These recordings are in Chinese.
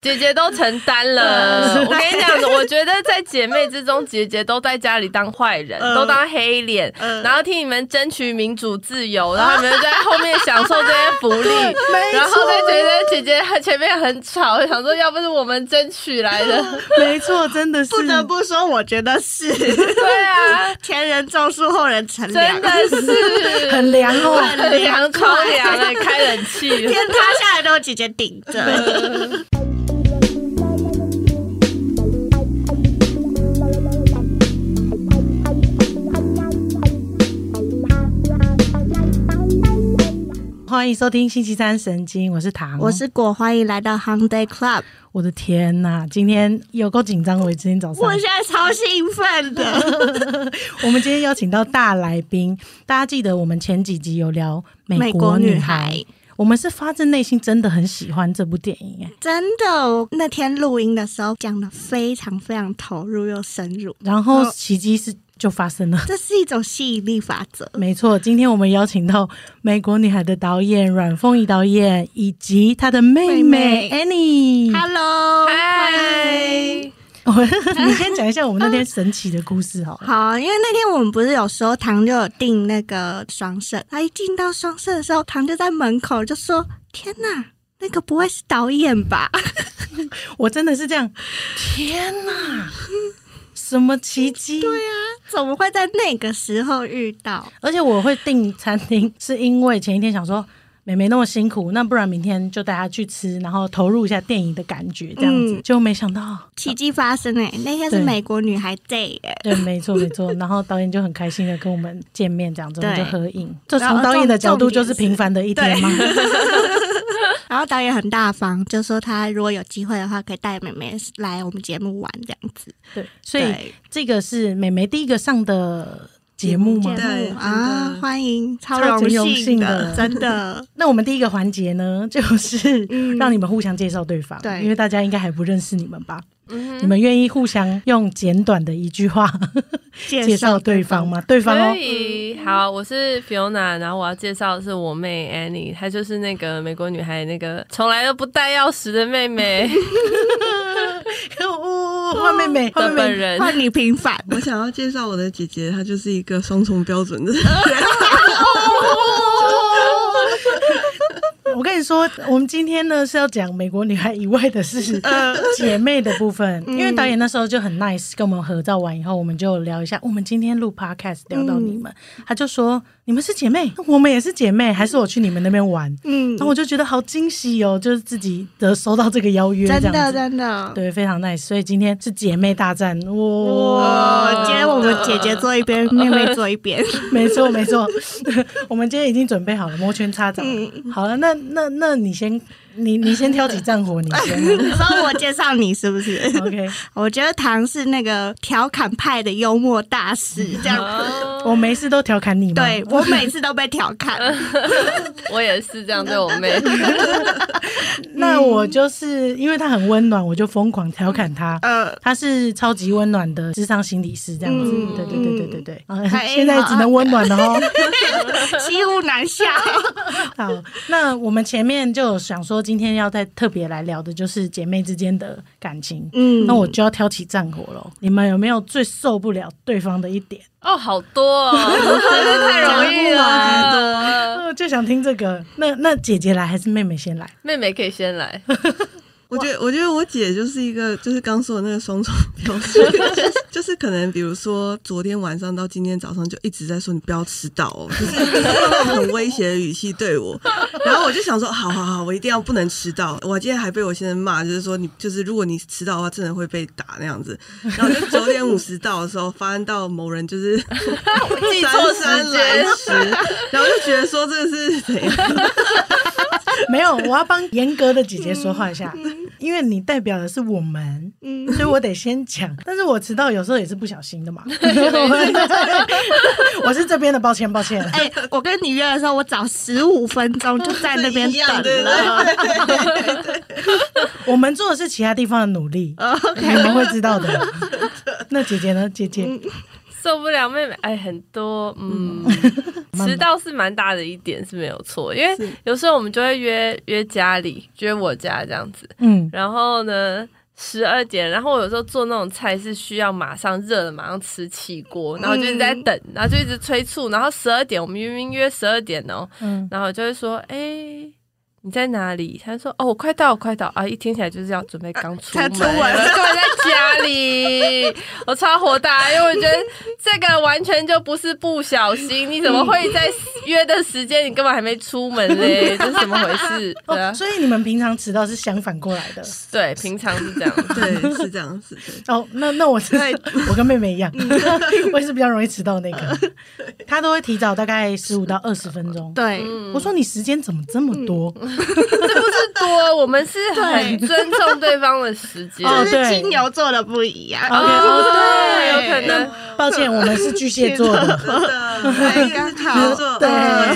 姐姐都承担嗯了。我跟你讲，我觉得在姐妹之中，姐姐都在家里当坏人，嗯都当黑脸，嗯然后替你们争取民主自由，然后你们就在后面享受这些 福利，没然后错，再觉得姐姐她前面很吵，想说要不是我们争取来 的，没错，真的是不得不说，我觉得是 对啊，前人种树，后人乘真。凉的是很凉哦。很凉，超凉的，开冷气了。 天塌下来都有姐姐顶着。欢迎收听星期三神经，我是唐，我是果，欢迎来到 Hung Day Club。我的天呐，今天有够紧张，我今天早上我现在超兴奋 的，我们今天邀请到大来宾，大家记得我们前几集有聊美美国国女女孩，孩我们是发自内心真的很喜欢这部电影哎。真的。我那天录音的时候讲的非常非常投入又深入，然后哦奇迹是就发生了。 这是一种吸引力法则。没错，今天我们邀请到《美国女孩》的导演阮凤仪导演，以及她的妹妹妹妹 Annie。 Hello，嗨， 你先讲一下我们那天神奇的故事好了。好，因为那天我们不是有时候唐就有订那个双色，他一进到双色的时候，唐就在门口就说：“天哪，那个不会是导演吧？” 我真的是这样，天哪，什么奇迹？对啊，怎么会在那个时候遇到？而且我会订餐厅，是因为前一天想说。妹妹那么辛苦，那不然明天就带她去吃，然后投入一下电影的感觉，这样子、嗯就没想到，奇迹发生哎、那天是对美国女孩 Day 哎、对，没错没错。然后导演就很开心的跟我们见面，这样子我们就对合影。就然后从导演的角度，重就点是是平凡的一天嘛。然后导演很大方，就说他如果有机会的话，可以带妹妹来我们节目玩这样子。对，所以对，这个是妹妹第一个上的节目对节？吗真的目啊，欢迎，超超级荣幸幸的真 的。那我们第一个环节呢， 就是嗯让你们互相介绍对方，对因为大家应该还不认识你们吧？嗯你们愿意互相用简短的一句话 介绍对方吗？对方可哦，以，好，我是 Fiona，然后我要介绍的是我妹 Annie，她就是那个美国女孩，那个从来都不带钥匙的妹妹哦，换妹妹，的换妹本妹，人。换你平反，我想要介绍我的姐姐，她就是一个双重标准的人。 我跟你说，我们今天呢是要讲美国女孩以外的事，姐妹的部分。因为导演那时候就很 nice，跟我们合照完以后，我们就聊一下，哦我们今天录 podcast 聊到你们，他就说你们是姐妹，我们也是姐妹，还是我去你们那边玩？嗯 然，后我就觉得好惊喜哦，就是自己的收到这个邀约，真这的样子，真的。对，非常 nice。所以今天是姐妹大战，哇，哇，哦今天我们姐姐坐一边，妹妹坐一边。没错没错， 我们今天已经准备好了，摩拳擦掌。嗯好了，那那那你先，你你先挑起战火，你 先。啊你说我介绍你是不是？ OK，我觉得唐是那个调侃派的幽默大师，这样。哦我没事都调侃你吗？对我每次都被调侃，我也是这样对我妹，那嗯我就是因为他很温暖，我就疯狂调侃他。呃，他是超级温暖的智商心理师，这样子。嗯对对对对对对，啊哎 现在只能温暖了 哦。 骑虎难下。好，那我们前面就有想说，今天要再特别来聊的就是姐妹之间的感情。嗯那我就要挑起战火了。你们有没有最受不了对方的一点？哦，好多哦，真的太容易了。呃，就想听这个。那那姐姐来还是妹妹 先来？妹妹可以先来，我觉得，我觉得我姐就是一个，就是刚说的那个双重标准， 就是就是可能比如说昨天晚上到今天早上就一直在说你不要迟到哦，就是就是用那种很威胁的语气对我，然后我就想说，好好好，我一定要不能迟到。我今天还被我先生骂，就是说你就是如果你迟到的话，真的会被打那样子。然后就九点五十到的时候，发现到某 人就是记错时间来迟，然后就觉得说这个是怎样。没有，我要帮严格的姐姐说话一下，因为你代表的是我们，嗯所以我得先讲。但是我迟到有时候也是不小心 的嘛。 我是这边的，抱歉，抱歉。哎、我跟你约的时候，我早十五分钟就在那边一样等对了。我们做的哦 嗯是其他地方的努力，你们会知道的。那姐姐呢？姐姐，受受不了妹妹，哎，很多，嗯，迟到是蛮大的一点是没有错，因是为有时候我们就会约约家里，约我家这样子，嗯，然后呢。十二点，然后我有时候做那种菜是需要马上热的，马上吃起嗯锅，然后就一直在等，然后就一直催促，然后十二点，我们明明约十二点哦，嗯，然后我就会说，哎、你在哪里？他就说，哦，我快到，我快到啊！一听起来就是要准备刚出门，呃才出门我根本在家里， 我超火大，因为我觉得这个完全就不是不小心，你怎么会在约的时间你根本还没出门嘞？这是怎么回事？对啊哦，，所以你们平常迟到是相反过来的。对，平常是这样。 对，是这样，是对。哦，那那我是 我跟妹妹一样，嗯 我也是比较容易迟到那 个，她都会提早大概十五到二十分钟。 对，嗯我说你时间怎么这么多？这不是多，我们是很尊重对方的时间。哦就对是金牛座的不一样。 OK，哦对有可能抱歉，我们是巨蟹 座的。真的，刚好没有错对，啊啊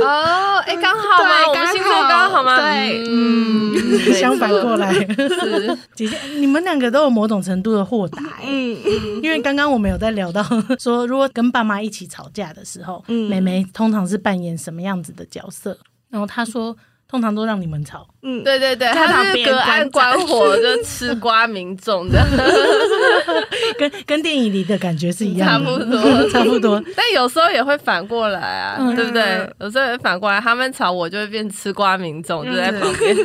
哦，哎，刚好对吗？我们星座刚好吗？对嗯，相反过来，是。姐姐，你们两个都有某种程度的豁达，嗯，因为刚刚我们有在聊到 说，如果跟爸妈一起吵架的时候，嗯妹妹通常是扮演什么样子的角色？然后她说，通常都让你们吵， 嗯，对对对，看到他是别人隔岸观观火，就吃瓜民众 的，跟跟电影里的感觉是一差样不的，多。 差不多。但有时候也会反过来啊，嗯对不对？有时候也会反过来，他们吵我就会变吃瓜民众，就在旁边。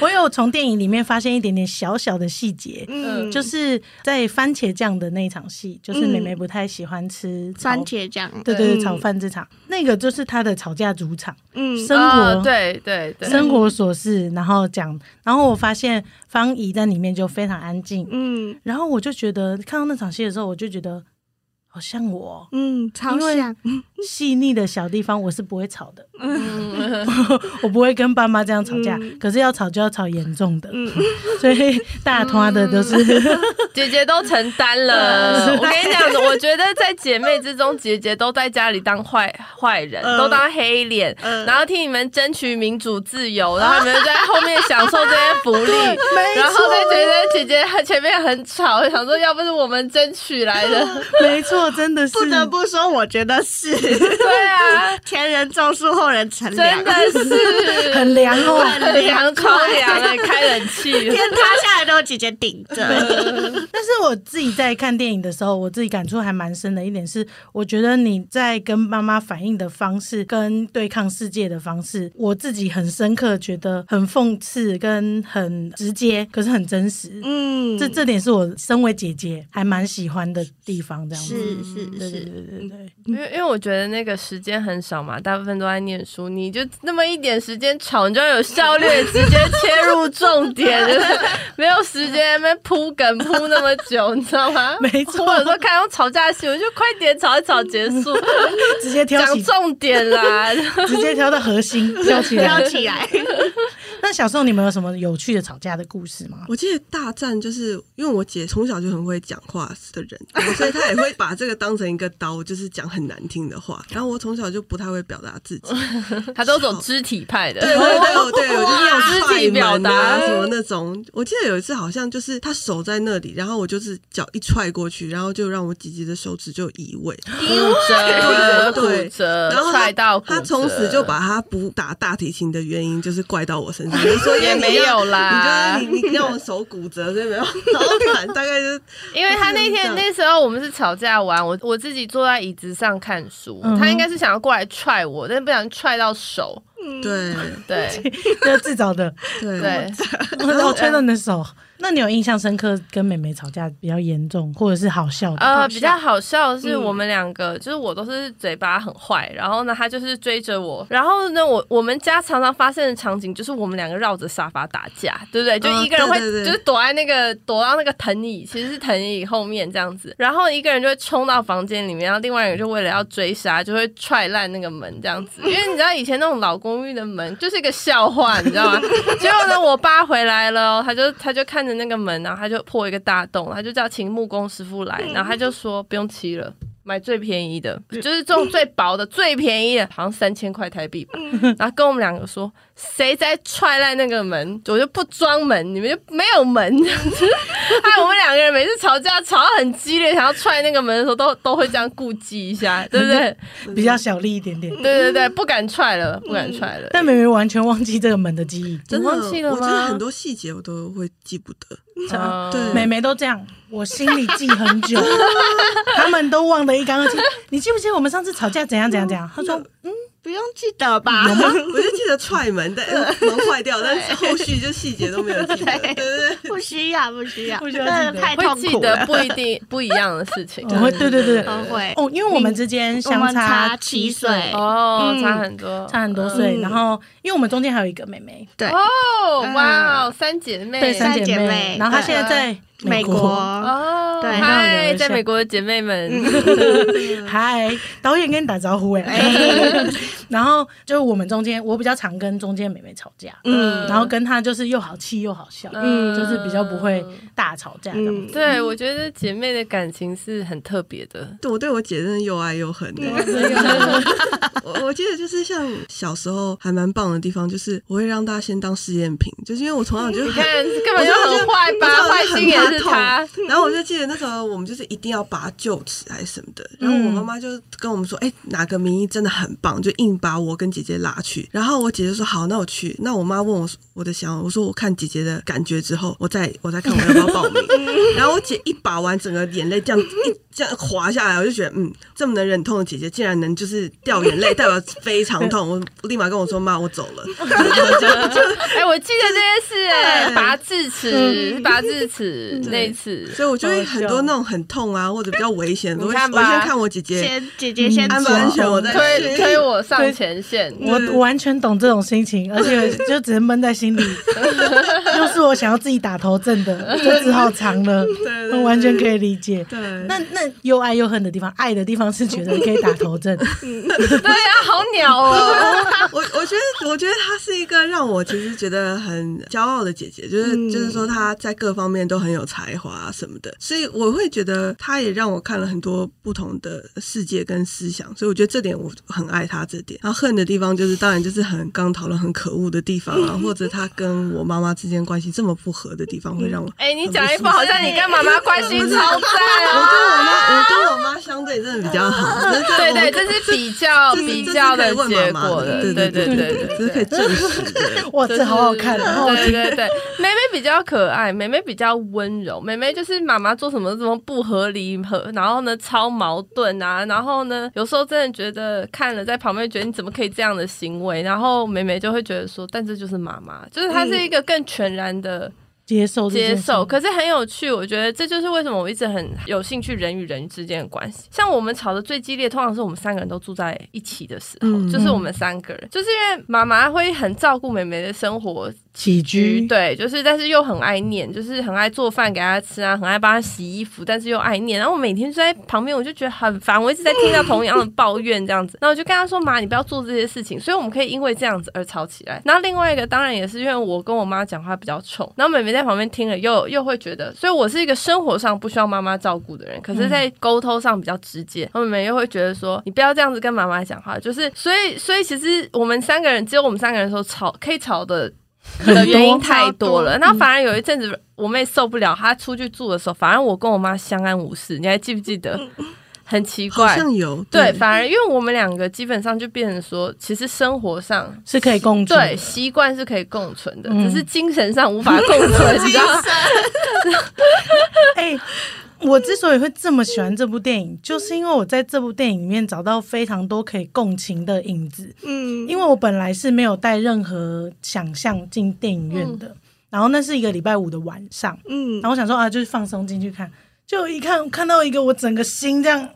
我有从电影里面发现一点点小小的细节，嗯，就是是在番茄酱的那一场戏，就是妹妹不太喜欢吃炒嗯番，茄酱，对对对，嗯炒，饭这场，那个就是她的吵架主场，嗯，生活哦对对对，生活琐事，然后讲，然后我发现方怡在里面就非常安静，嗯然后我就觉得看到那场戏的时候，我就觉得好像我嗯，超因为像，细腻的小地方我是不会吵的，嗯， 我不会跟爸妈这样吵架，嗯可是要吵就要吵严重的，嗯， 所以大团的都是、姐姐都承担了。我跟你讲，我觉得在姐妹之中，姐姐都在家里当坏坏人，嗯都当黑脸，嗯然后替你们争取民主自由，然后你们就在后面享受这些福利。没然后错，就觉得姐姐 很前面很吵，想说要不是我们争取来的， 没错，真的是不得不说，我觉得是对啊，前人种树，后人乘凉真。的是很凉哦。很凉，超凉哎，开冷气。天塌下来都有姐姐顶着，但是我自己在看电影的时候，我自己感触还蛮深的一点是，我觉得你在跟妈妈反应的方式，跟对抗世界的方式，我自己很深刻觉得很讽刺跟很直接，可是很真实。嗯，这这点是我身为姐姐还蛮喜欢的地方，这样子。是是对对是，对对对，因为因为我觉得那个时间很少嘛，大部分都在念书，你就那么一点时间吵，你就要有效率，直接切入重点， 就是没有时间在那边铺梗铺那么久，你知道吗？没错我有时候看到吵架的戏，我就快点吵一吵结束，直接挑讲起，重点啦。直接挑到核 心，挑起来飘。起来，那小时候你们有什么有趣的吵架的故事吗？ 我记得大战就是因为我姐从小就很会讲话的人，所以她也会把这个当成一个刀，就是讲很难听的话。然后我从小就不太会表达自己，他都走肢体派的，对，我也对，我对我就是哇那种肢体表达踹门啊什么那种。我记得有一次好像就是她手在那里，然后我就是脚一踹过去，然后就让我姐姐的手指就有移位，骨折、对骨折然后，她踹到骨折，她从此就把她不打大提琴的原因就是怪到我身上，就说因为也你没让有啦你就是你你让我手骨折，所以没有老板大概就是因为他那天那时候我们是吵架完，我我自己坐在椅子上看书，嗯哼他应该是想要过来踹我，但是不小心踹到手，对对 这自找的，对对，我吹到你的手。那你有印象深刻跟妹妹吵架比较严重，或者是好笑嗯的？呃，比较好笑的是我们两个，就是我都是嘴巴很坏，然后呢，他就是追着我，然后呢，我我们家常常发生的场景就是我们两个绕着沙发打架，对不对？就嗯一个人会对对对就是躲在那个躲到那个藤椅，其实是藤椅后面这样子，然后一个人就会冲到房间里面，然后另外一个人就为了要追杀，就会踹烂那个门这样子，因为你知道以前那种老公寓的门就是一个笑话，你知 道吗？结果呢，我爸回来了哦，他就他就看着那个门，然后他就破一个大洞，他就叫请木工师傅来，然后他就说不用漆了。买最便宜的，嗯就是这种最薄的、最便宜的，好像三千块台币吧。然后跟我们两个说， 谁再踹烂那个门，我就不装门，你们就没有门。哎，我们两两个人每次吵架吵到很激烈，想要踹那个门的时候，都都会这样顾忌一下，对不对？比较小力一点点。对对对，不敢踹了，不敢踹了。但美美完全忘记这个门的记忆，真的，你忘记了我吗真的很多细节我都会记不得。嗯对美美都这样，我心里记很 久，他们都忘得一干二净。你记不记得我们上次吵架怎样怎样怎样？他说不用记得吧？我就记得踹门，但门坏掉，但是后续就细节都没有记得，对对对。不需要，不需要，不真需要记得的太会痛记苦得了。不一定不一样的事情。 我会对对对都会哦，因为我们之间嗯我相们差差七七岁岁，哦，嗯差很多，差很多岁，嗯然后因为我们中间还有一个妹妹，对，哦，嗯哇哦，三姐妹，对三三姐姐妹妹，然后她对现在在美国。国，哦，对嗨，让我聊一下在美国的姐妹们，嗯嗨，导演跟你打 招呼哎。然后就是我们中间，我比较常跟中间妹妹吵架，嗯然后跟她就是又好气又好笑，嗯就是比较不会大吵架这样子。对嗯我觉得姐妹的感情是很特别 的，对我对我姐真的又爱又恨嗯欸、我我记得就是像小时候还蛮棒的地方，就是我会让大家先当试验品，就是因为我从小就你很看根本我就真的很坏吧，我坏真的心也很是怕她， 痛。然后我就记得那时候我们就是一定要拔臼齿还是什么的，然后我嗯妈妈就跟我们说，哎、哪个名医真的很棒，就硬把我跟姐姐拉去。然后我姐姐说好，那我去。那我妈问我我的想法，我说我看姐姐的感觉之后，我再我再看我要不要 报名。然后我姐一把完，整个眼泪这样一这样滑下来，我就觉得嗯，这么能忍痛的姐姐竟然能就是掉眼泪，代表非常痛。我立马跟我说妈，我走了。哎，我记得这件事，哎，对嗯拔智齿，拔智 齿那一次，所以我就会很多那种很痛啊，或者比较危险的，我你会看我吧先看我姐姐先姐姐先安不走嗯安全，我再推去推我上前线，我 我完全懂这种心情，而且就只能闷在心里。又是我想要自己打头阵的，就只好藏 了。对对我完全可以理解。对，那那又爱又恨的地方，爱的地方是觉得可以打 头阵，对呀，好鸟 哦，我我觉得，我觉得她是一个让我其实觉得很骄傲的姐姐，就是、就是嗯说她在各方面都很有才华、啊什么的，所以我会觉得她也让我看了很多不同的世界跟思想，所以我觉得这点我很爱她这点。然后恨的地方就是，当然就是很刚讨论很可恶的地方啊，或者她跟我妈妈之间关系这么不和的地方，会让我哎，你讲一很副不舒服好像你跟妈妈关系超赞我哦。跟我妈，我跟我妈相对真的比较好。对对，这是比较这是比较的结果的，这是可以问妈妈的对对对对对对，对这是可以证实的。哇，就啊这是好好 看，好好对听。对对，妹妹比较可爱，妹妹比较温柔，妹妹就是妈妈做什么怎么不合理，和然后呢超矛盾啊，然后呢有时候真的觉得看了在旁边觉得你怎么可以这样的行为，然后妹妹就会觉得说，但这就是妈妈，就是她是一个更全然的接受嗯这件接事受，可是很有趣，我觉得这就是为什么我一直很有兴趣人与人之间的关系。像我们吵得最激烈，通常是我们三个人都住在一起的时候，嗯就是我们三个人，就是因为妈妈会很照顾妹妹的生活起居，对，就是但是又很爱念，就是很爱做饭给她吃啊，很爱帮她洗衣服，但是又爱念。然后我每天就在旁边，我就觉得很烦，我一直在听到同样的抱怨这样子。然后我就跟她说：“妈，你不要做这些事情。”所以我们可以因为这样子而吵起来。然后另外一个当然也是因为我跟我妈讲话比较冲，然后妹妹在旁边听了又又会觉得，所以我是一个生活上不需要妈妈照顾的人，可是在沟通上比较直接。然后妹妹又会觉得说：“你不要这样子跟妈妈讲话。”就是所以所以其实我们三个人只有我们三个人的时候吵可以吵的的原因太多嗯了。那反而有一阵子我妹受不了，她出去住的时候，反而我跟我妈相安无事。你还记不记 得？很奇好怪。像有对，反而因为我们两个基本上就变成说，其实生活上是可以共处。对，习惯是可以共存的，嗯只是精神上无 法共存，你知道吗？ 哎、我之所以会这么喜欢这部电影，就是因为我在这部电影里面找到非常多可以共情的影子。嗯，因为我本来是没有带任何想象进电影院的，然后那是一个礼拜五的晚上，嗯然后我想说啊，就是放松进去看，就一看看到一个我整个心这样，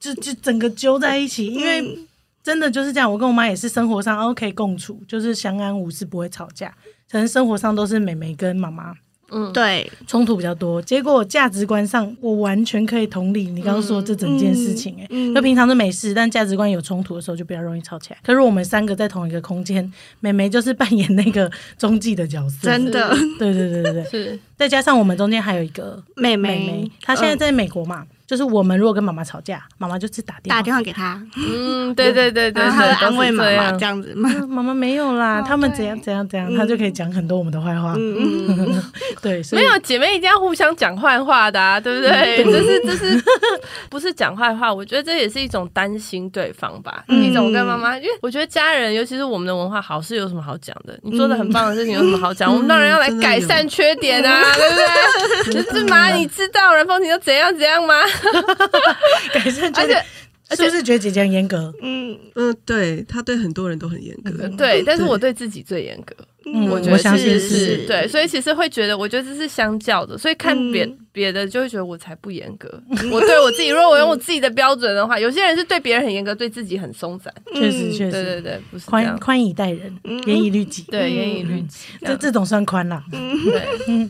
就就整个揪在一起，因为嗯真的就是这样，我跟我妈也是生活上 OK 共处，就是相安无事，不会吵架，可能生活上都是妹妹跟妈妈。对，冲突比较多，结果价值观上我完全可以同理你刚刚说这整件事情、欸，哎、嗯就平常都没事，但价值观有冲突的时候就比较容易吵起来。可是我们三个在同一个空间，美眉就是扮演那个中继的角色，真的，对对对对对，是再加上我们中间还有一个妹美眉，她现在在美国嘛，就是我们如果跟妈妈吵架，妈妈就是打电打话。电话给他，嗯，对对对对，然后他对会啊安慰妈妈都是这这样样子嘛。啊妈妈没有啦，他们怎样怎样怎样，他就可以讲很多我们的坏话。 对，嗯所以没有姐妹一定要互相讲坏话的、啊，对不对？这是这是不是讲坏话？我觉得这也是一种担心对方吧，嗯一种跟妈妈，因为我觉得家人，尤其是我们的文化，好事有什么好讲的？你做的很棒的事情有什么好嗯讲？我们当然要来真的有改善缺点啊，对不 对？就是嘛，你知道然后你又怎样怎样吗？改善而觉且得是不是觉得姐姐很严格？嗯，嗯，对他对很多人都很严格，对，但是我对自己最严格。嗯，我觉我得相其信实是。对，所以其实会觉得，我觉得这是相较的，所以看别、嗯别的就会觉得我才不严格。我对我自己，如果我用我自己的标准的话，有些人是对别人很严格，对自己很松散。确实对确嗯对实，对，不是这宽样。嗯宽以待人，严以律己。嗯对，严以律己。这这嗯这种算宽啦。对，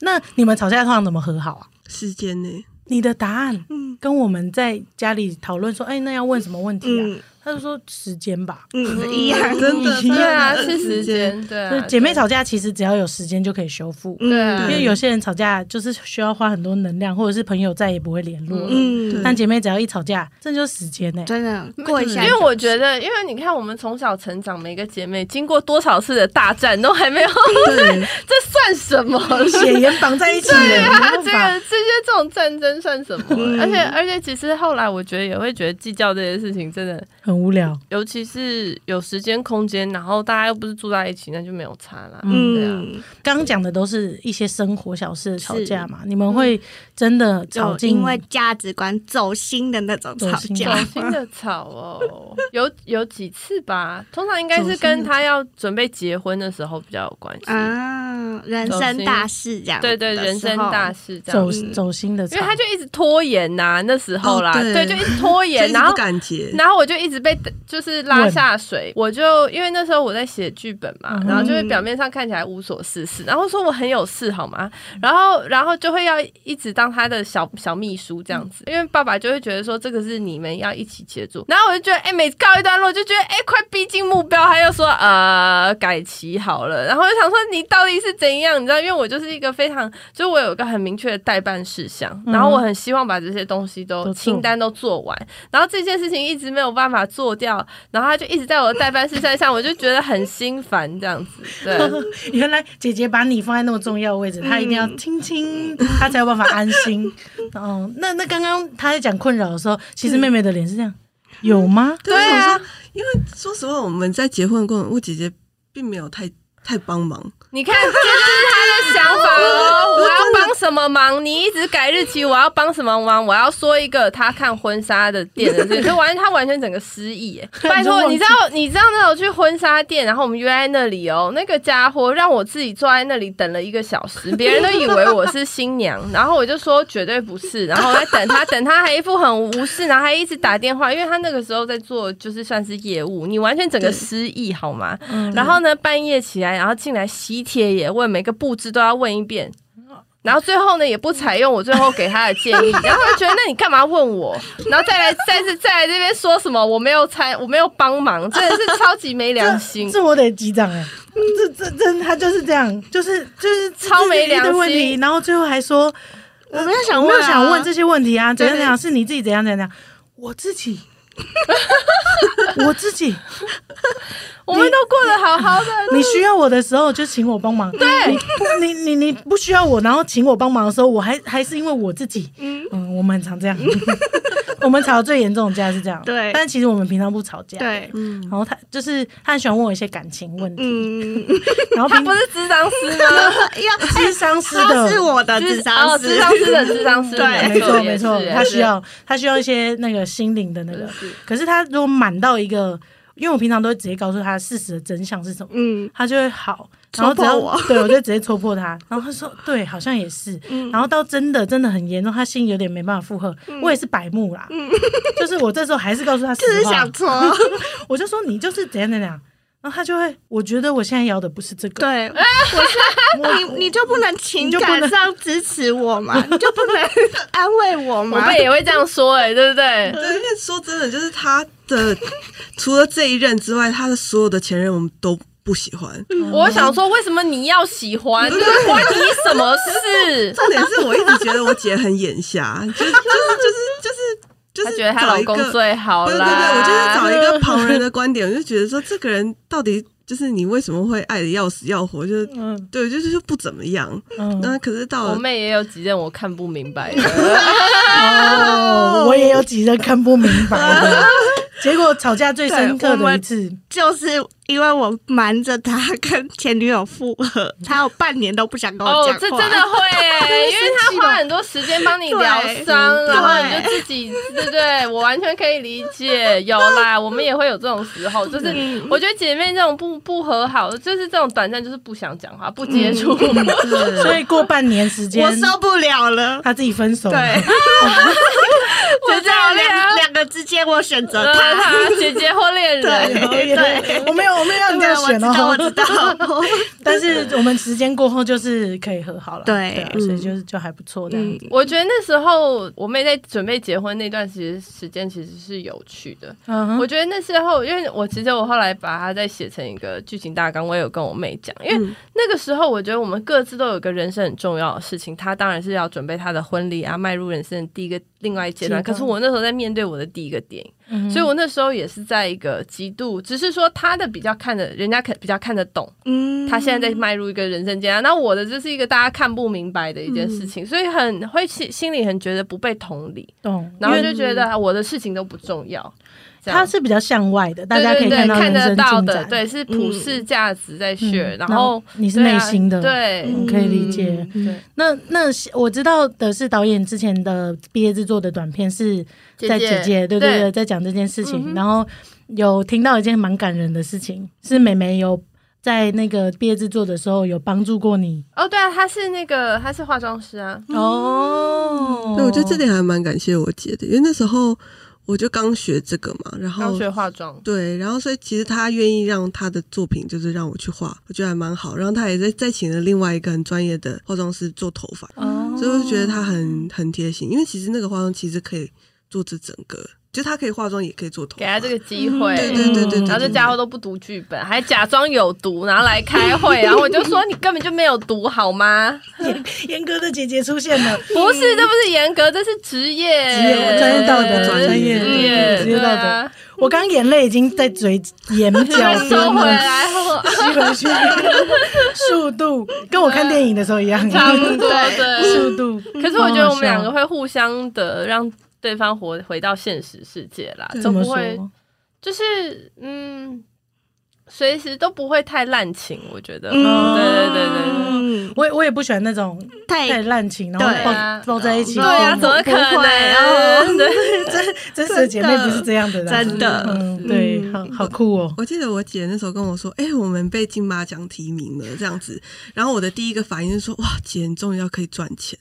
那你们吵架通常怎么和好啊？时间呢？你的答案嗯跟我们在家里讨论说，哎，那要问什么问题啊嗯？他就说时间吧。嗯，一样。真的，嗯对啊，真的是时。间，对就啊，姐妹吵架，其实只要有时间就可以修复。对啊，因对啊为有些人吵架就是需要花很多能量，或者是朋友再也不会联络了。嗯，但姐妹只要一吵架，这就是时间欸呢、真的过一下嗯因就，为我觉得，因为你看，我们从小成长，每个姐妹经过多少次的大战，都还没有， 对，这算什么？血缘绑在一起了， 对啊，这没办个这些这种战争算什么？而且而且，其实后来我觉得也会觉得计较这些事情真的，法很无聊。尤其是有时间空间，然后大家又不是住在一起，那就没有差啦。对啊。嗯，刚讲的都是一些生活小事的吵架嘛，你们会真的吵就进？嗯因为价值观走心的那种走吵心走架，心的吵哦，有有几次吧，通常应该是跟他要准备结婚的时候比较有关系。啊，人生大事这样，对对，人生大，事这样走子，走心的吵，因为他就一直拖延呐、那时候啦，哦对对，就一直拖 所延，以然不后敢结，然后我就一直被就是拉下水，我就因为那时候我在写剧本嘛，然后就会表面上看起来无所事事，然后说我很有事好吗？然后然后就会要一直当他的小小秘书这样子，因为爸爸就会觉得说这个是你们要一起协助，然后我就觉得哎、每告一段落就觉得哎、快逼近目标，他又说呃改期好了，然后我就想说你到底是怎样？你知道，因为我就是一个非常就是我有一个很明确的代办事项，然后我很希望把这些东西都都做清单都做完，然后这件事情一直没有办法做掉，然后他就一直在我的代办事项上，我就觉得很心烦这样子。 对， 原来姐姐把你放在那么重要的位置，她一定嗯要亲亲，她才有办法安 心。哦，那那刚刚她在讲困扰的时候，其实妹妹的脸是这样，有吗？对对啊我想说因为说实话，我们在结婚的过程，我姐姐并没有太太帮忙，你看，这就是他的想法哦。我要帮什么忙？你一直改日期，我要帮什么忙？我要说一个他看婚纱的店的事，就完他完全整个失忆耶。拜托，你知道你知道那种去婚纱店，然后我们约在那里哦，那个家伙让我自己坐在那里等了一个小时，别人都以为我是新娘，然后我就说绝对不是，然后我在等他，等他还一副很无视，然后还一直打电话，因为他那个时候在做就是算是业务，你完全整个失忆好吗？然后呢，半夜起来，然后进来喜帖也问，每个布置都要问一遍。然后最后呢，也不采用我最后给他的建议，然后就觉得那你干嘛问我？ 然后再来，再次再来这边说什么我没有参，我没有帮忙，真的是超级没良心。啊这我得击掌哎、这这这他就是这样，就是就是超没良心一堆问题，然后最后还说我没有想我没问有啊想问这些问题啊，怎样对怎样是你自己怎样怎样怎样，我自己。 我自己，我们都过得好好的，你需要我的时候就请我帮忙。对，你你你不需要我，然后请我帮忙的时候，我还还是因为我自己。嗯我们很常这样。 我们吵得最严重的架是这样。对但其实我们平常不吵架。。对，然后他就是他很喜欢问我一些感情问题， 嗯，然后他平不是智商师吗？要智商师他的是我的智商哦，师智，商师的智商师，对没错没错，他他需要他需要一些那个心灵的那个，可是他如果满到一个，因为我平常都会直接告诉他事实的真相是什么，嗯，他就会好，然后只要戳破我对我就直接戳破他，然后他说对，好像也是，嗯然后到真的真的很严重，他心里有点没办法负荷，我也是白目啦，就是我这时候还是告诉他实嗯就是话，想戳， 我就说你就是怎样怎样。然后他就会，我觉得我现在要的不是这个，对，我是你，你就不能情感上支持我嘛？你就不能安慰我我嘛？们也会这样说，哎，对不对？对，因为说真的，就是他的除了这一任之外，他的所有的前任我们都不喜欢。我想说，为什么你要喜嗯欢？就是关你什么事？重点是我一直觉得我姐很眼瞎， 就是就是就是就是就她是觉得她找老一公个最好对对啦。对，我就是找一个旁人的观点，我就觉得说这个人到底就是你为什么会爱的要死要活，就是嗯对，就是就不怎么样。嗯，那可是到我了妹也有几件我看不明白的，哦，我也有几任看不明白 的，结果吵架最深刻的一次，就是因为我瞒着他跟前女友复合，他有半年都不想跟我哦讲话。，这真的 会耶，因为她花很多时间帮你疗伤，对然后你就自己，对不对？我完全可以理解，有啦，我们也会有这种时候，就是嗯我觉得姐妹这种不不和好，就是这种短暂，就是不想讲话，不嗯接触。 所以过半年时间我，受不了了。他自己分手了，对，我在两两个之间，我选 择呃他。她姐姐或恋人， 对对，我没有，我没有嗯 让你这对，样我知选道，哦我。知道。 但是我们时间过后就是可以和好了，对啊所以就是就还不错这样子。我觉得那时候我妹在准备结婚那段时时间其实是有趣的。嗯哼我觉得那时候，因为我其实我后来把它再写成一个剧情大纲，我也有跟我妹讲，因为那个时候我觉得我们各自都有一个人生很重要的事情，她当然是要准备她的婚礼啊，迈入人生的第一个另外一阶段。阶可段是我那时候在面对我的第一个电影，嗯所以我那时候也是在一个极度，只是说她的比较看得人家可比较看得懂，嗯他现在在迈入一个人生阶段，那我的这是一个大家看不明白的一件事情，所以很会心心里很觉得不被同理，懂，然后就觉得啊我的事情都不重要。这样它是比较向外的，大对家可对以对到看人得生到进的，展，对是普世价值在学，嗯然然后后你是对啊内心的对我可以理解。对，那那是我知道的是，导演之前的毕业制作的短片是在姐姐，对对对，在讲这件事嗯情。然后有听到一件蛮感人的事情，是妹妹有在那个毕业制作的时候有帮助过你哦对啊，他是那个他是化妆师啊，哦对，我觉得这点还蛮感谢我姐的，因为那时候我就刚学这个嘛，然哦刚后学化妆。对，然后所以其实她愿意让她的作品就是让我去画，我觉得还蛮好。然后她也在再请了另外一个很专业的化妆师做头发，哦所以我就觉得她很很贴心，因为其实那个化妆其实可以做这整个，就她可以化妆也可以做头发，给他这个机会，嗯对对对对对，然后这对家伙都不读剧本，还假装有读，然后来开会，然后我就说你根本就没有读好嗯吗？严格的姐姐出 现了，不是，这不是严格，这是职业，职业专业道德对专业职业职业道德对啊我刚眼泪已经在嘴 眼就角嗯会收回了， 来，吸回去，速度跟我看电影的时候一样，差不多对。 速度。可是我觉嗯得我们两个会互相的让对方活回到现实世界啦，对都怎么不说？会就是嗯，随时都不会太滥情，我觉得，对对对对对。嗯，我也我也不喜欢那种太太滥情，然后对抱、啊抱在一嗯起。对啊，哦不怎么可不会能？ 对真真实的姐妹不是这样的啦，真的嗯，对，嗯好好酷哦。我记得我姐那时候跟我说：“哎、我们被金马奖提名了，这样子。”然后我的第一个反应是说：“哇，姐，你终于要可以赚钱。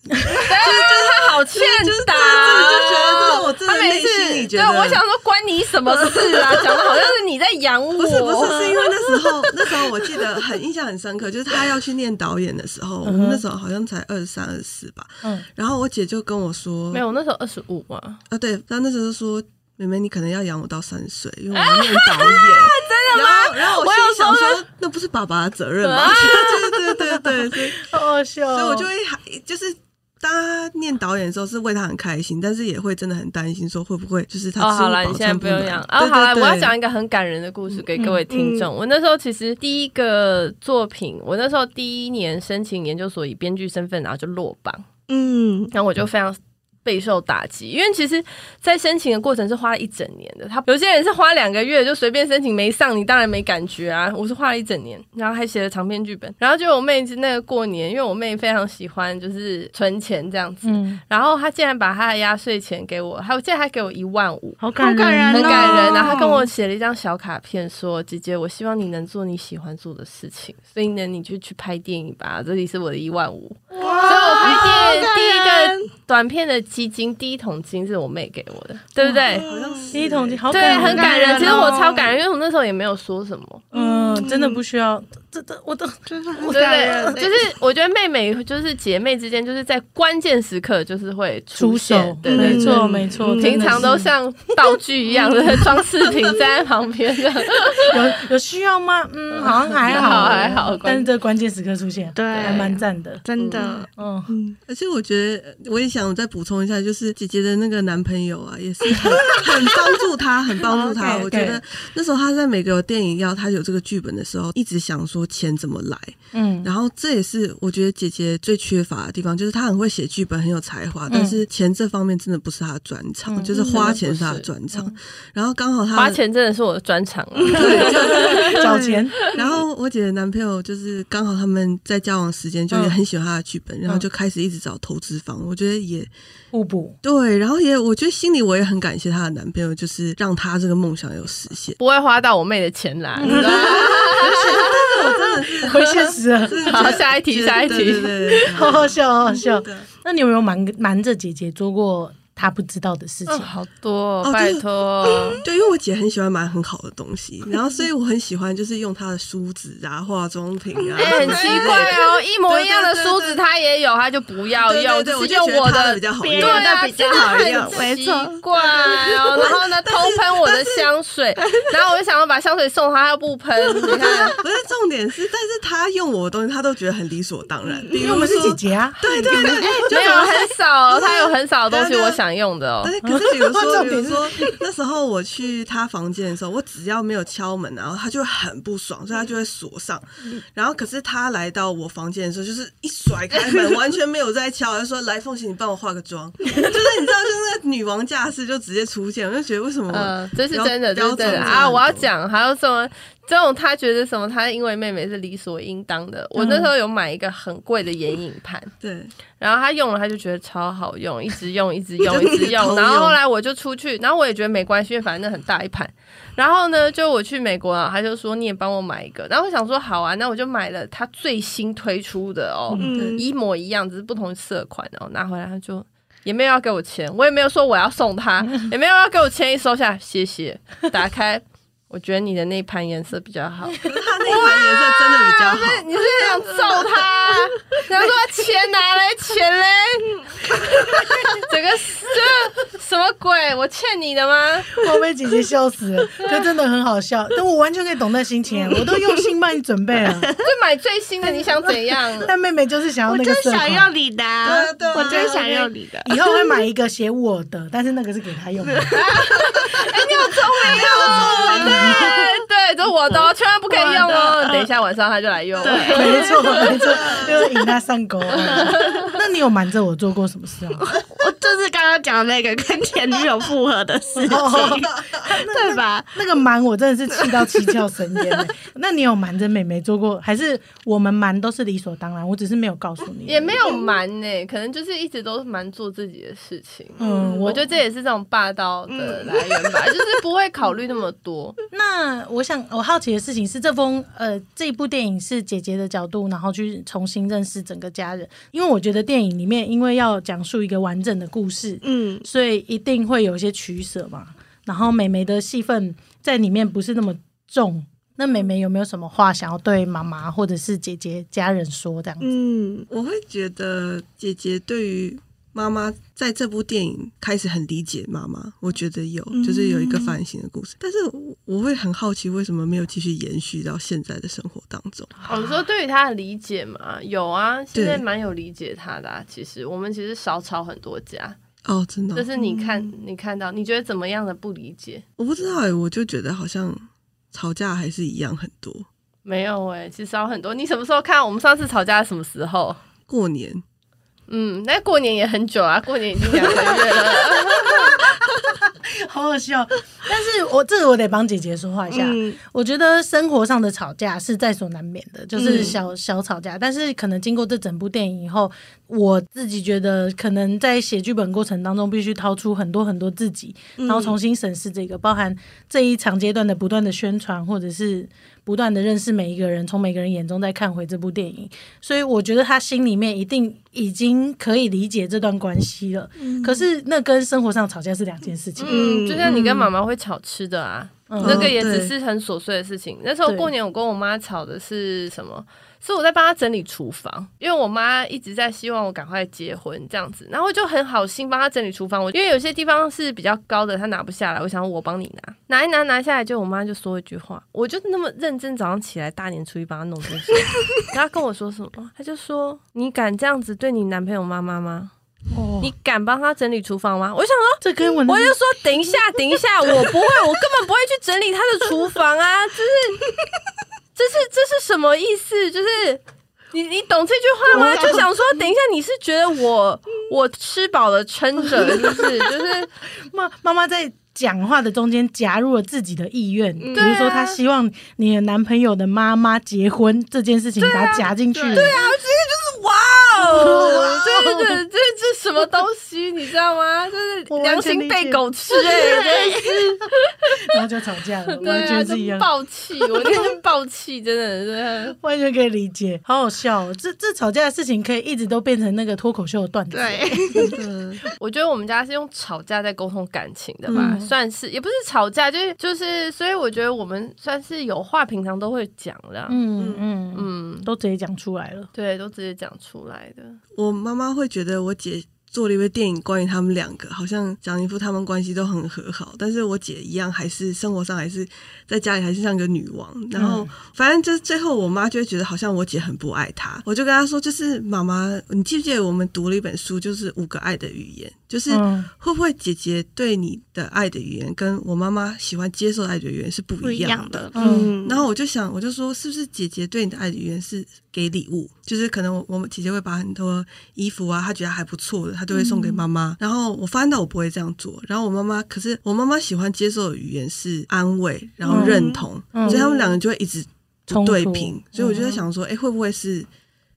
他好欠打哦，就是真的就觉得这是我真的内心里觉得他每次对我想说关你什么事啊？讲的好像是你在养我，”不是不哦是，是因为那时候那时候我记得很印象很深刻，就是 她要去念导演的时候，嗯我们那时候好像才二十三、二十四吧。嗯然后我姐就跟我说没：“有，那时候二十五嘛，啊，对，她那时候说。”妹妹，你可能要养我到三十岁，因为我 要念导演。真的吗？然后我心里想说，那不是爸爸的责任啊吗？ 对对对 对对，所以好好笑哦所以我就会还就是。当他念导演的时候，是为他很开心，但是也会真的很担心，说会不会就是他哦，吃好不了，饱你现在穿不不用暖养。对哦，对好了，对嗯我要讲一个很感人的故事给各位听众。我那时候其实第一个作品，我那时候第一年申请研究所以编剧身份，然后就落榜，嗯然后我就非常。备受打击，因为其实，在申请的过程是花了一整年的。他有些人是花两个月就随便申请，没上你当然没感觉啊。我是花了一整年，然后还写了长篇剧本。然后就我妹那个过年，因为我妹非常喜欢就是存钱这样子，嗯，然后她竟然把她的压岁钱给我，还有竟然还给我一万五，好感好感人很人哦，感人。哦然后他跟我写了一张小卡片说，姐姐，我希望你能做你喜欢做的事情，所以呢，你就去拍电影吧。这里是我的一万五，所以我拍电影第一个短片的基金，第一桶金是我妹给我的，对不对？好像是第一桶金好对，感人哦啊很感感人人。哦其实我超感人，因为我那时候也没有说什么。嗯，真的不需要这这我都真的很对感对人，对，就是我觉得妹妹就是姐妹之间，就是在关键时刻就是会出现手，对对没对。错没错，嗯平常都真的像道具一样的装饰品站在旁边的，是有有需要吗？嗯，好像还还好好还好但是这关键时刻出现，对还蛮赞的，真的，嗯。嗯，而且我觉得，呃我也想再补充一下，就是姐姐的那个男朋友啊，也是很很帮助她，很帮助她。 OK，我觉得对那时候她在美国有电影要她有这个剧本的时候，一直想说钱怎么来。嗯，然后这也是我觉得姐姐最缺乏的地方，就是她很会写剧本，很有才华，但是钱这方面真的不是她的专长，嗯就是花钱是她的专长。然后刚好她的花钱真的是我的专长啊。嗯找钱，然后我姐的男朋友就是刚好他们在交往时间就也很喜欢她的剧本，然后就开始一直找投资方，我觉得也互补，对，然后也我觉得心里我也很感谢她的男朋友，就是让她这个梦想有实现。不会花到我妹的钱啦。嗯你知道吗 回现实了，好，下一题，下一对对对题。对对好好笑，好好笑。对那你有没有瞒瞒着姐姐做过她不知道的事嗯，情？好多哦、哦拜 托。对，因为我姐很喜欢买很好的东西，然后所以我很喜欢就是用她的梳子啊、化妆品啊，哎、很奇怪哦，一模一样的梳子她也有，她就不要对用，对对，只我是就用觉得她的的比较好别用对。 人啊，的比较真的好用很没奇错怪哦。然后呢，偷喷我的香水，然后我就想要把香水送她，她又不喷。你看，不是重点是，但是她用我的东西，她都觉得很理所当然。比嗯因为我如们是姐说，姐啊，对对对， 就没有很少哦，不是她有很少的东西对啊对啊我想用的哦但。是可是比如说， 重比点如是说那时候我去他房间的时候，我只要没有敲门，啊然后他就会很不爽，所以他就会锁上。嗯然后可是他来到我房间的时候，就是一甩开 门，完全没有在敲，就说：“来，凤琴，你帮我化个妆。” 就是你知道，就是那个女王架势就直接出现，我就觉得为什么嗯我，这是标真的，这标是真的准啊！这么我要多讲，还有什么？这种她觉得什么？她因为妹妹是理所应当的。我那嗯时候有买一个很贵的眼影盘，对，然后他用了，他就觉得超好用，一直用，一直 用，一直偷用。用然后后来我就出去，然后我也觉得没关系，因为反正那很大一盘。然后呢，就我去美国啊，他就说你也帮我买一个。然后我想说好啊，那我就买了他最新推出的哦，嗯一模一样，只是不同色款哦。拿回来他就也没有要给我钱，我也没有说我要送 他，也没有要给我钱。一收下来，谢谢。打开，我觉得你的那盘颜色比较好。可是他那一盘颜色真的比较好。你是想揍他？然后说钱拿来，钱嘞， 整个这什么鬼？我欠你的吗？ 我被姐姐笑死了，可真的很好笑。但我完全可以懂那心 情，我都用心帮你准备 了。就买最新的，你想怎样？ 但妹妹就是想要我那个真色想款，要你的啊对啊对啊，我真想要你的。啊以后会买一个写我的，但是那个是给她 用的。对对，这我的哦，千万不可以用哦。等一下晚上他就来用。没 错，没错，就是引他上钩。啊 那你有瞒着我做过什么事啊吗？我就是刚刚讲的那个跟前女友复合的事 情，对吧？那个瞒我真的是气到七窍生烟、 欸。那你有瞒着妹妹做过，还是我们瞒都是理所当然？我只是没有告诉你，也没有瞒呢、可能就是一直都蛮做自己的事情。嗯，我我觉得这也是这种霸道的来源吧，就是不会考虑那么多。那我想我好奇的事情是，这封呃这一部电影是姐姐的角度，然后去重新认识整个家人。因为我觉得电影里面，因为要讲述一个完整的故事，嗯，所以一定会有一些取舍嘛。然后美眉的戏份在里面不是那么重，那美眉有没有什么话想要对妈妈或者是姐姐家人说？这样子，嗯，我会觉得姐姐对于妈妈在这部电影开始很理解妈妈，我觉得有，嗯就是有一个反省的故事。但是我我会很好奇，为什么没有继续延续到现在的生活当中？哦，你说对于他的理解嘛，有啊，现在对蛮有理解他的、啊。其实我们其实少吵很多架，哦，真的哦、就是你看、你看到，你觉得怎么样的不理解？我不知道哎、我就觉得好像吵架还是一样很多。没有哎、其实少很多。你什么时候看？我们上次吵架是什么时候？过年，嗯，那过年也很久啊，过年已经两个月了。好好笑。但是我这个我得帮姐姐说话一下。嗯我觉得生活上的吵架是在所难免的，就是小、小吵架。但是可能经过这整部电影以后，我自己觉得可能在写剧本过程当中，必须掏出很多很多自己，然后重新审视这个，包含这一长阶段的不断的宣传，或者是不断的认识每一个人，从每个人眼中再看回这部电影。所以我觉得他心里面一定已经可以理解这段关系了。可是那跟生活上吵架是两件事情。嗯嗯，就像你跟妈妈会吵吃的啊，嗯那个也只对是很琐碎的事情。那时候过年，我跟我妈吵的是什么？是我在帮她整理厨房，因为我妈一直在希望我赶快结婚这样子，然后我就很好心帮她整理厨房。我因为有些地方是比较高的，她拿不下来，我想我帮你拿，拿一拿拿下来，就我妈就说一句话，我就那么认真早上起来大年初一帮她弄这些，然 后她跟我说什么？她就说你敢这样子对你男朋友妈妈吗？哦，你敢帮她整理厨房吗？我想说。这跟我 那我就说等一 下，等一下，我不会，我根本不会去整理他的厨房啊！就是， 这是这是什么意思？就是你你懂这句话吗？就想说，等一下，你是觉得我我吃饱了撑着，是不是？就是妈妈妈在讲话的中间夹入了自己的意愿，比对如啊说她希望你的男朋友的妈妈结婚这件事情，把它夹进去。对啊，哇哦，这这这这什么东西，你知道吗？就是我完良全心理被解狗吃哎、欸，真的是然后就吵架了， 对完啊，全是一就样。暴气，我那天暴气，真的是。完全可以理解，好好笑、哦！这这吵架的事情可以一直都变成那个脱口秀的段子。对，嗯，我觉得我们家是用吵架在沟通感情的吧，嗯算是也不是吵架，就是就是，所以我觉得我们算是有话平常都会讲的啊，嗯嗯嗯，嗯，都直接讲出来了。对，都直接讲出来的，我妈妈会觉得我姐做了一部电影关于他们两个，好像蒋一夫他们关系都很和好，但是我姐一样还是生活上还是在家里还是像个女王。然后、反正就是最后我妈就会觉得好像我姐很不爱她，我就跟她说，就是妈妈，你记不记得我们读了一本书，就是《五个爱的语言》，就是。嗯会不会姐姐对你的爱的语言跟我妈妈喜欢接受的爱的语言是不不一一样样的的？。嗯嗯，然后我就想，我就说，是不是姐姐对你的爱的语言是给礼物？就是可能我我们姐姐会把很多衣服啊，她觉得还不错的，她都会送给妈嗯妈。然后我发现到我不会这样做，然后我妈妈，可是我妈妈喜欢接受的语言是安慰，然后认同，嗯所以他们两个就会一直不冲突嗯对平。所以我就在想说，哎、会不会是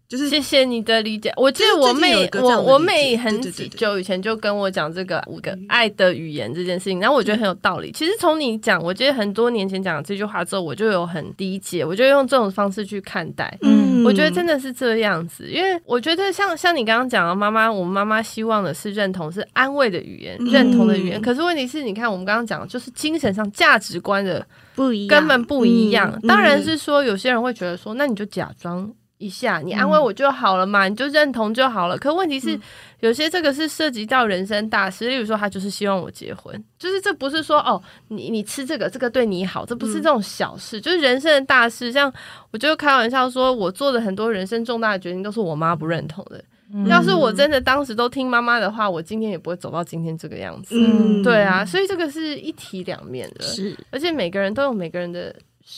就是谢谢你的理解。我记得就是我最近有妹一，个这样我的我理解妹对很对对几对久以前就跟我讲这个五个爱的语言这件事情，然后我觉得嗯很有道理。其实从你讲，我记得很多年前讲这句话之后，我就有很理解，我就用这种方式去看待。嗯我觉得真的是这样子，因为我觉得像像你刚刚讲的，妈妈，我们妈妈希望的是认同，是安慰的语言，嗯认同的语言。可是问题是，你看我们刚刚讲，的就是精神上价值观的不一样，根本不一样。嗯当然是说，有些人会觉得说，那你就假装一下，你安嗯慰我就好了嘛，你就认同就好了。可问题是，有些这个是涉及到人生大事，例如说，他就是希望我结婚，就是这不是说哦，你你吃这个，这个对你好，这不是这嗯种小事，就是人生的大事。像我就开玩笑说，我做的很多人生重大的决定都是我妈不认同的。嗯嗯要是我真的当时都听妈妈的话，我今天也不会走到今天这个样子。嗯，对啊，所以这个是一体两面的。是而且每个人都有每个人的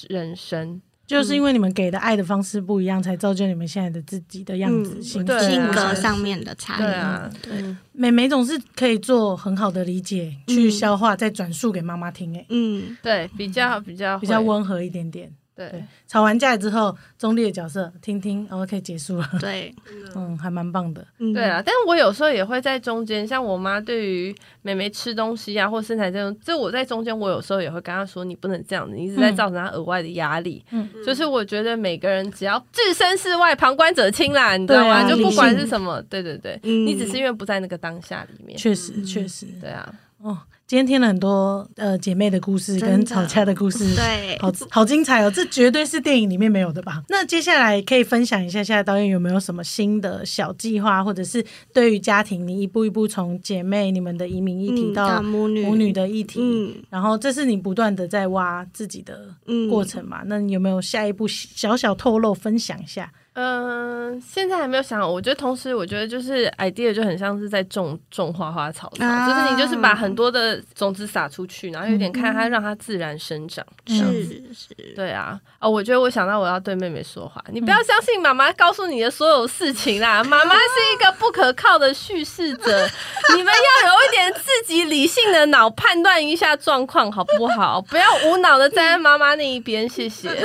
人生，就是嗯因为你们给的爱的方式不一样，才造就你们现在的自己的样子、嗯性对啊性格上面的差哎对异，啊，对，美美总是可以做很好的理解，嗯去消化，再转述给妈妈听、哎，嗯，对，比较比较比较会，温和一点点。对对，吵完架之后，中立的角色听听，哦，可以结束了。对， 嗯，还蛮棒的。嗯对啊。但是我有时候也会在中间，像我妈对于妹妹吃东西啊，或身材这种，这我在中间，我有时候也会跟她说，你不能这样子，你一直在嗯造成她额外的压力。嗯就是我觉得每个人只要置身事外，旁观者清啦，你知道对吗？啊就不理管性是什么，对对对，嗯你只是因为不在那个当下里面，确实，确实。对啊，哦，今天听了很多呃姐妹的故事真的跟吵架的故啊事，嗯对好好精彩哦！这绝对是电影里面没有的吧？那接下来可以分享一下，现在导演有没有什么新的小计划，或者是对于家庭，你一步一步从姐妹你们的移民议题嗯到到母女母女的议题，嗯然后这是你不断的在挖自己的嗯过程嘛？那你有没有下一步小小透露分享一下？嗯、现在还没有想好。我觉得同时，我觉得就是 idea 就很像是在种种花花草草，啊就是你就是把很多的种子撒出去，然后有点看它，让它自然生长。这样嗯是是，对啊，哦，我觉得我想到我要对妹妹说话，你不要相信妈妈告诉你的所有事情啦，妈妈是一个不可靠的叙事者，你们要有一点自己理性的脑判断一下状况好不好？不要无脑的站在妈妈那一边，谢谢。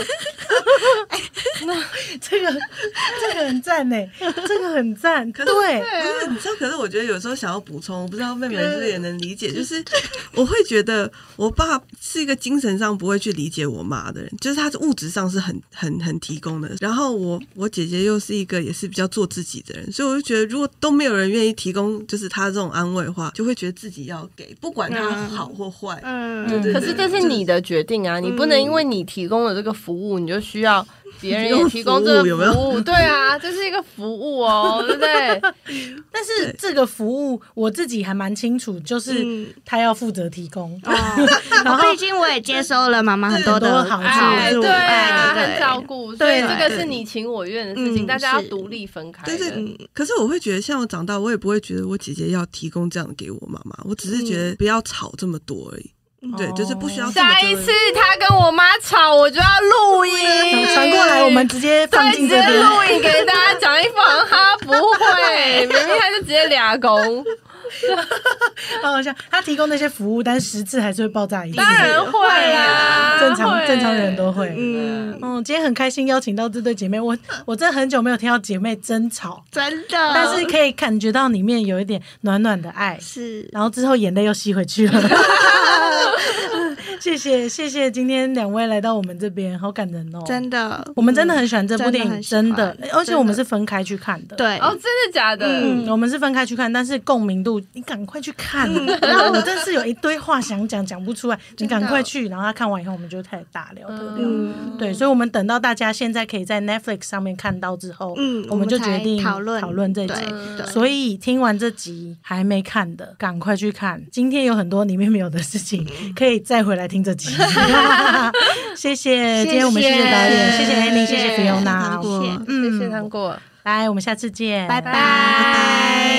这个这个很赞呢，这个很 赞，对，啊不是，你知道，可是我觉得有时候想要补充，我不知道妹妹是不是也能理嗯解，就是我会觉得我爸是一个精神上不会去理解我妈的人，就是他是物质上是很很很提供的，然后我我姐姐又是一个也是比较做自己的人，所以我就觉得如果都没有人愿意提供就是他这种安慰的话，就会觉得自己要给，不管他好或坏，嗯，对可是这是你的决定啊，你不能因为你提供了这个服务，你就需要别人也提供这个提供服务有没有服务。对啊，这是一个服务哦，对不对？但是这个服务我自己还蛮清楚，就是嗯他要负责提供， 哦，毕竟我也接收了妈妈很多的很多好处哎，照顾对啊，对对很照顾，所以对这个是你情我愿的事情，嗯大家要是独立分开但是的。嗯可是我会觉得，像我长大，我也不会觉得我姐姐要提供这样给我妈妈，我只是觉得不要吵这么多而已。对，就是不需要这么嗯下多一次他跟我妈吵，我就要录音，传过来我们直接放对，直进这接边。录影给大家讲一副好像他不会，明明他就直接俩公，好好笑，他提供那些服务，但是十次还是会爆炸一次。当然会啦，正常会正常人都会。嗯，嗯，今天很开心邀请到这对姐妹，我我真的很久没有听到姐妹争吵，真的，但是可以感觉到里面有一点暖暖的爱，是然后之后眼泪又吸回去了。 谢谢谢谢，今天两位来到我们这边，好感人哦！真的，我们真的很喜欢这部电影，真真的的很喜欢，而且我们是真分开去看的。。对，哦，真的假的？嗯，我们是分开去看，但是共鸣度，你赶快去看。嗯然后我真是有一堆话想讲，讲 不出来，你赶快去。然后他看完以后，我们就开始大聊特聊。嗯对，所以，我们等到大家现在可以在 Netflix 上面看到之后，嗯，我们就决才定讨论讨论这一集对。对所以听完这集还没看的，赶快去看。今天有很多里面没有的事情，可以再回来听这 集。谢谢，今天我们谢谢导演，谢谢 Annie，谢谢谢谢 Fiona，谢谢谢糖果。来，我们下次见，拜拜。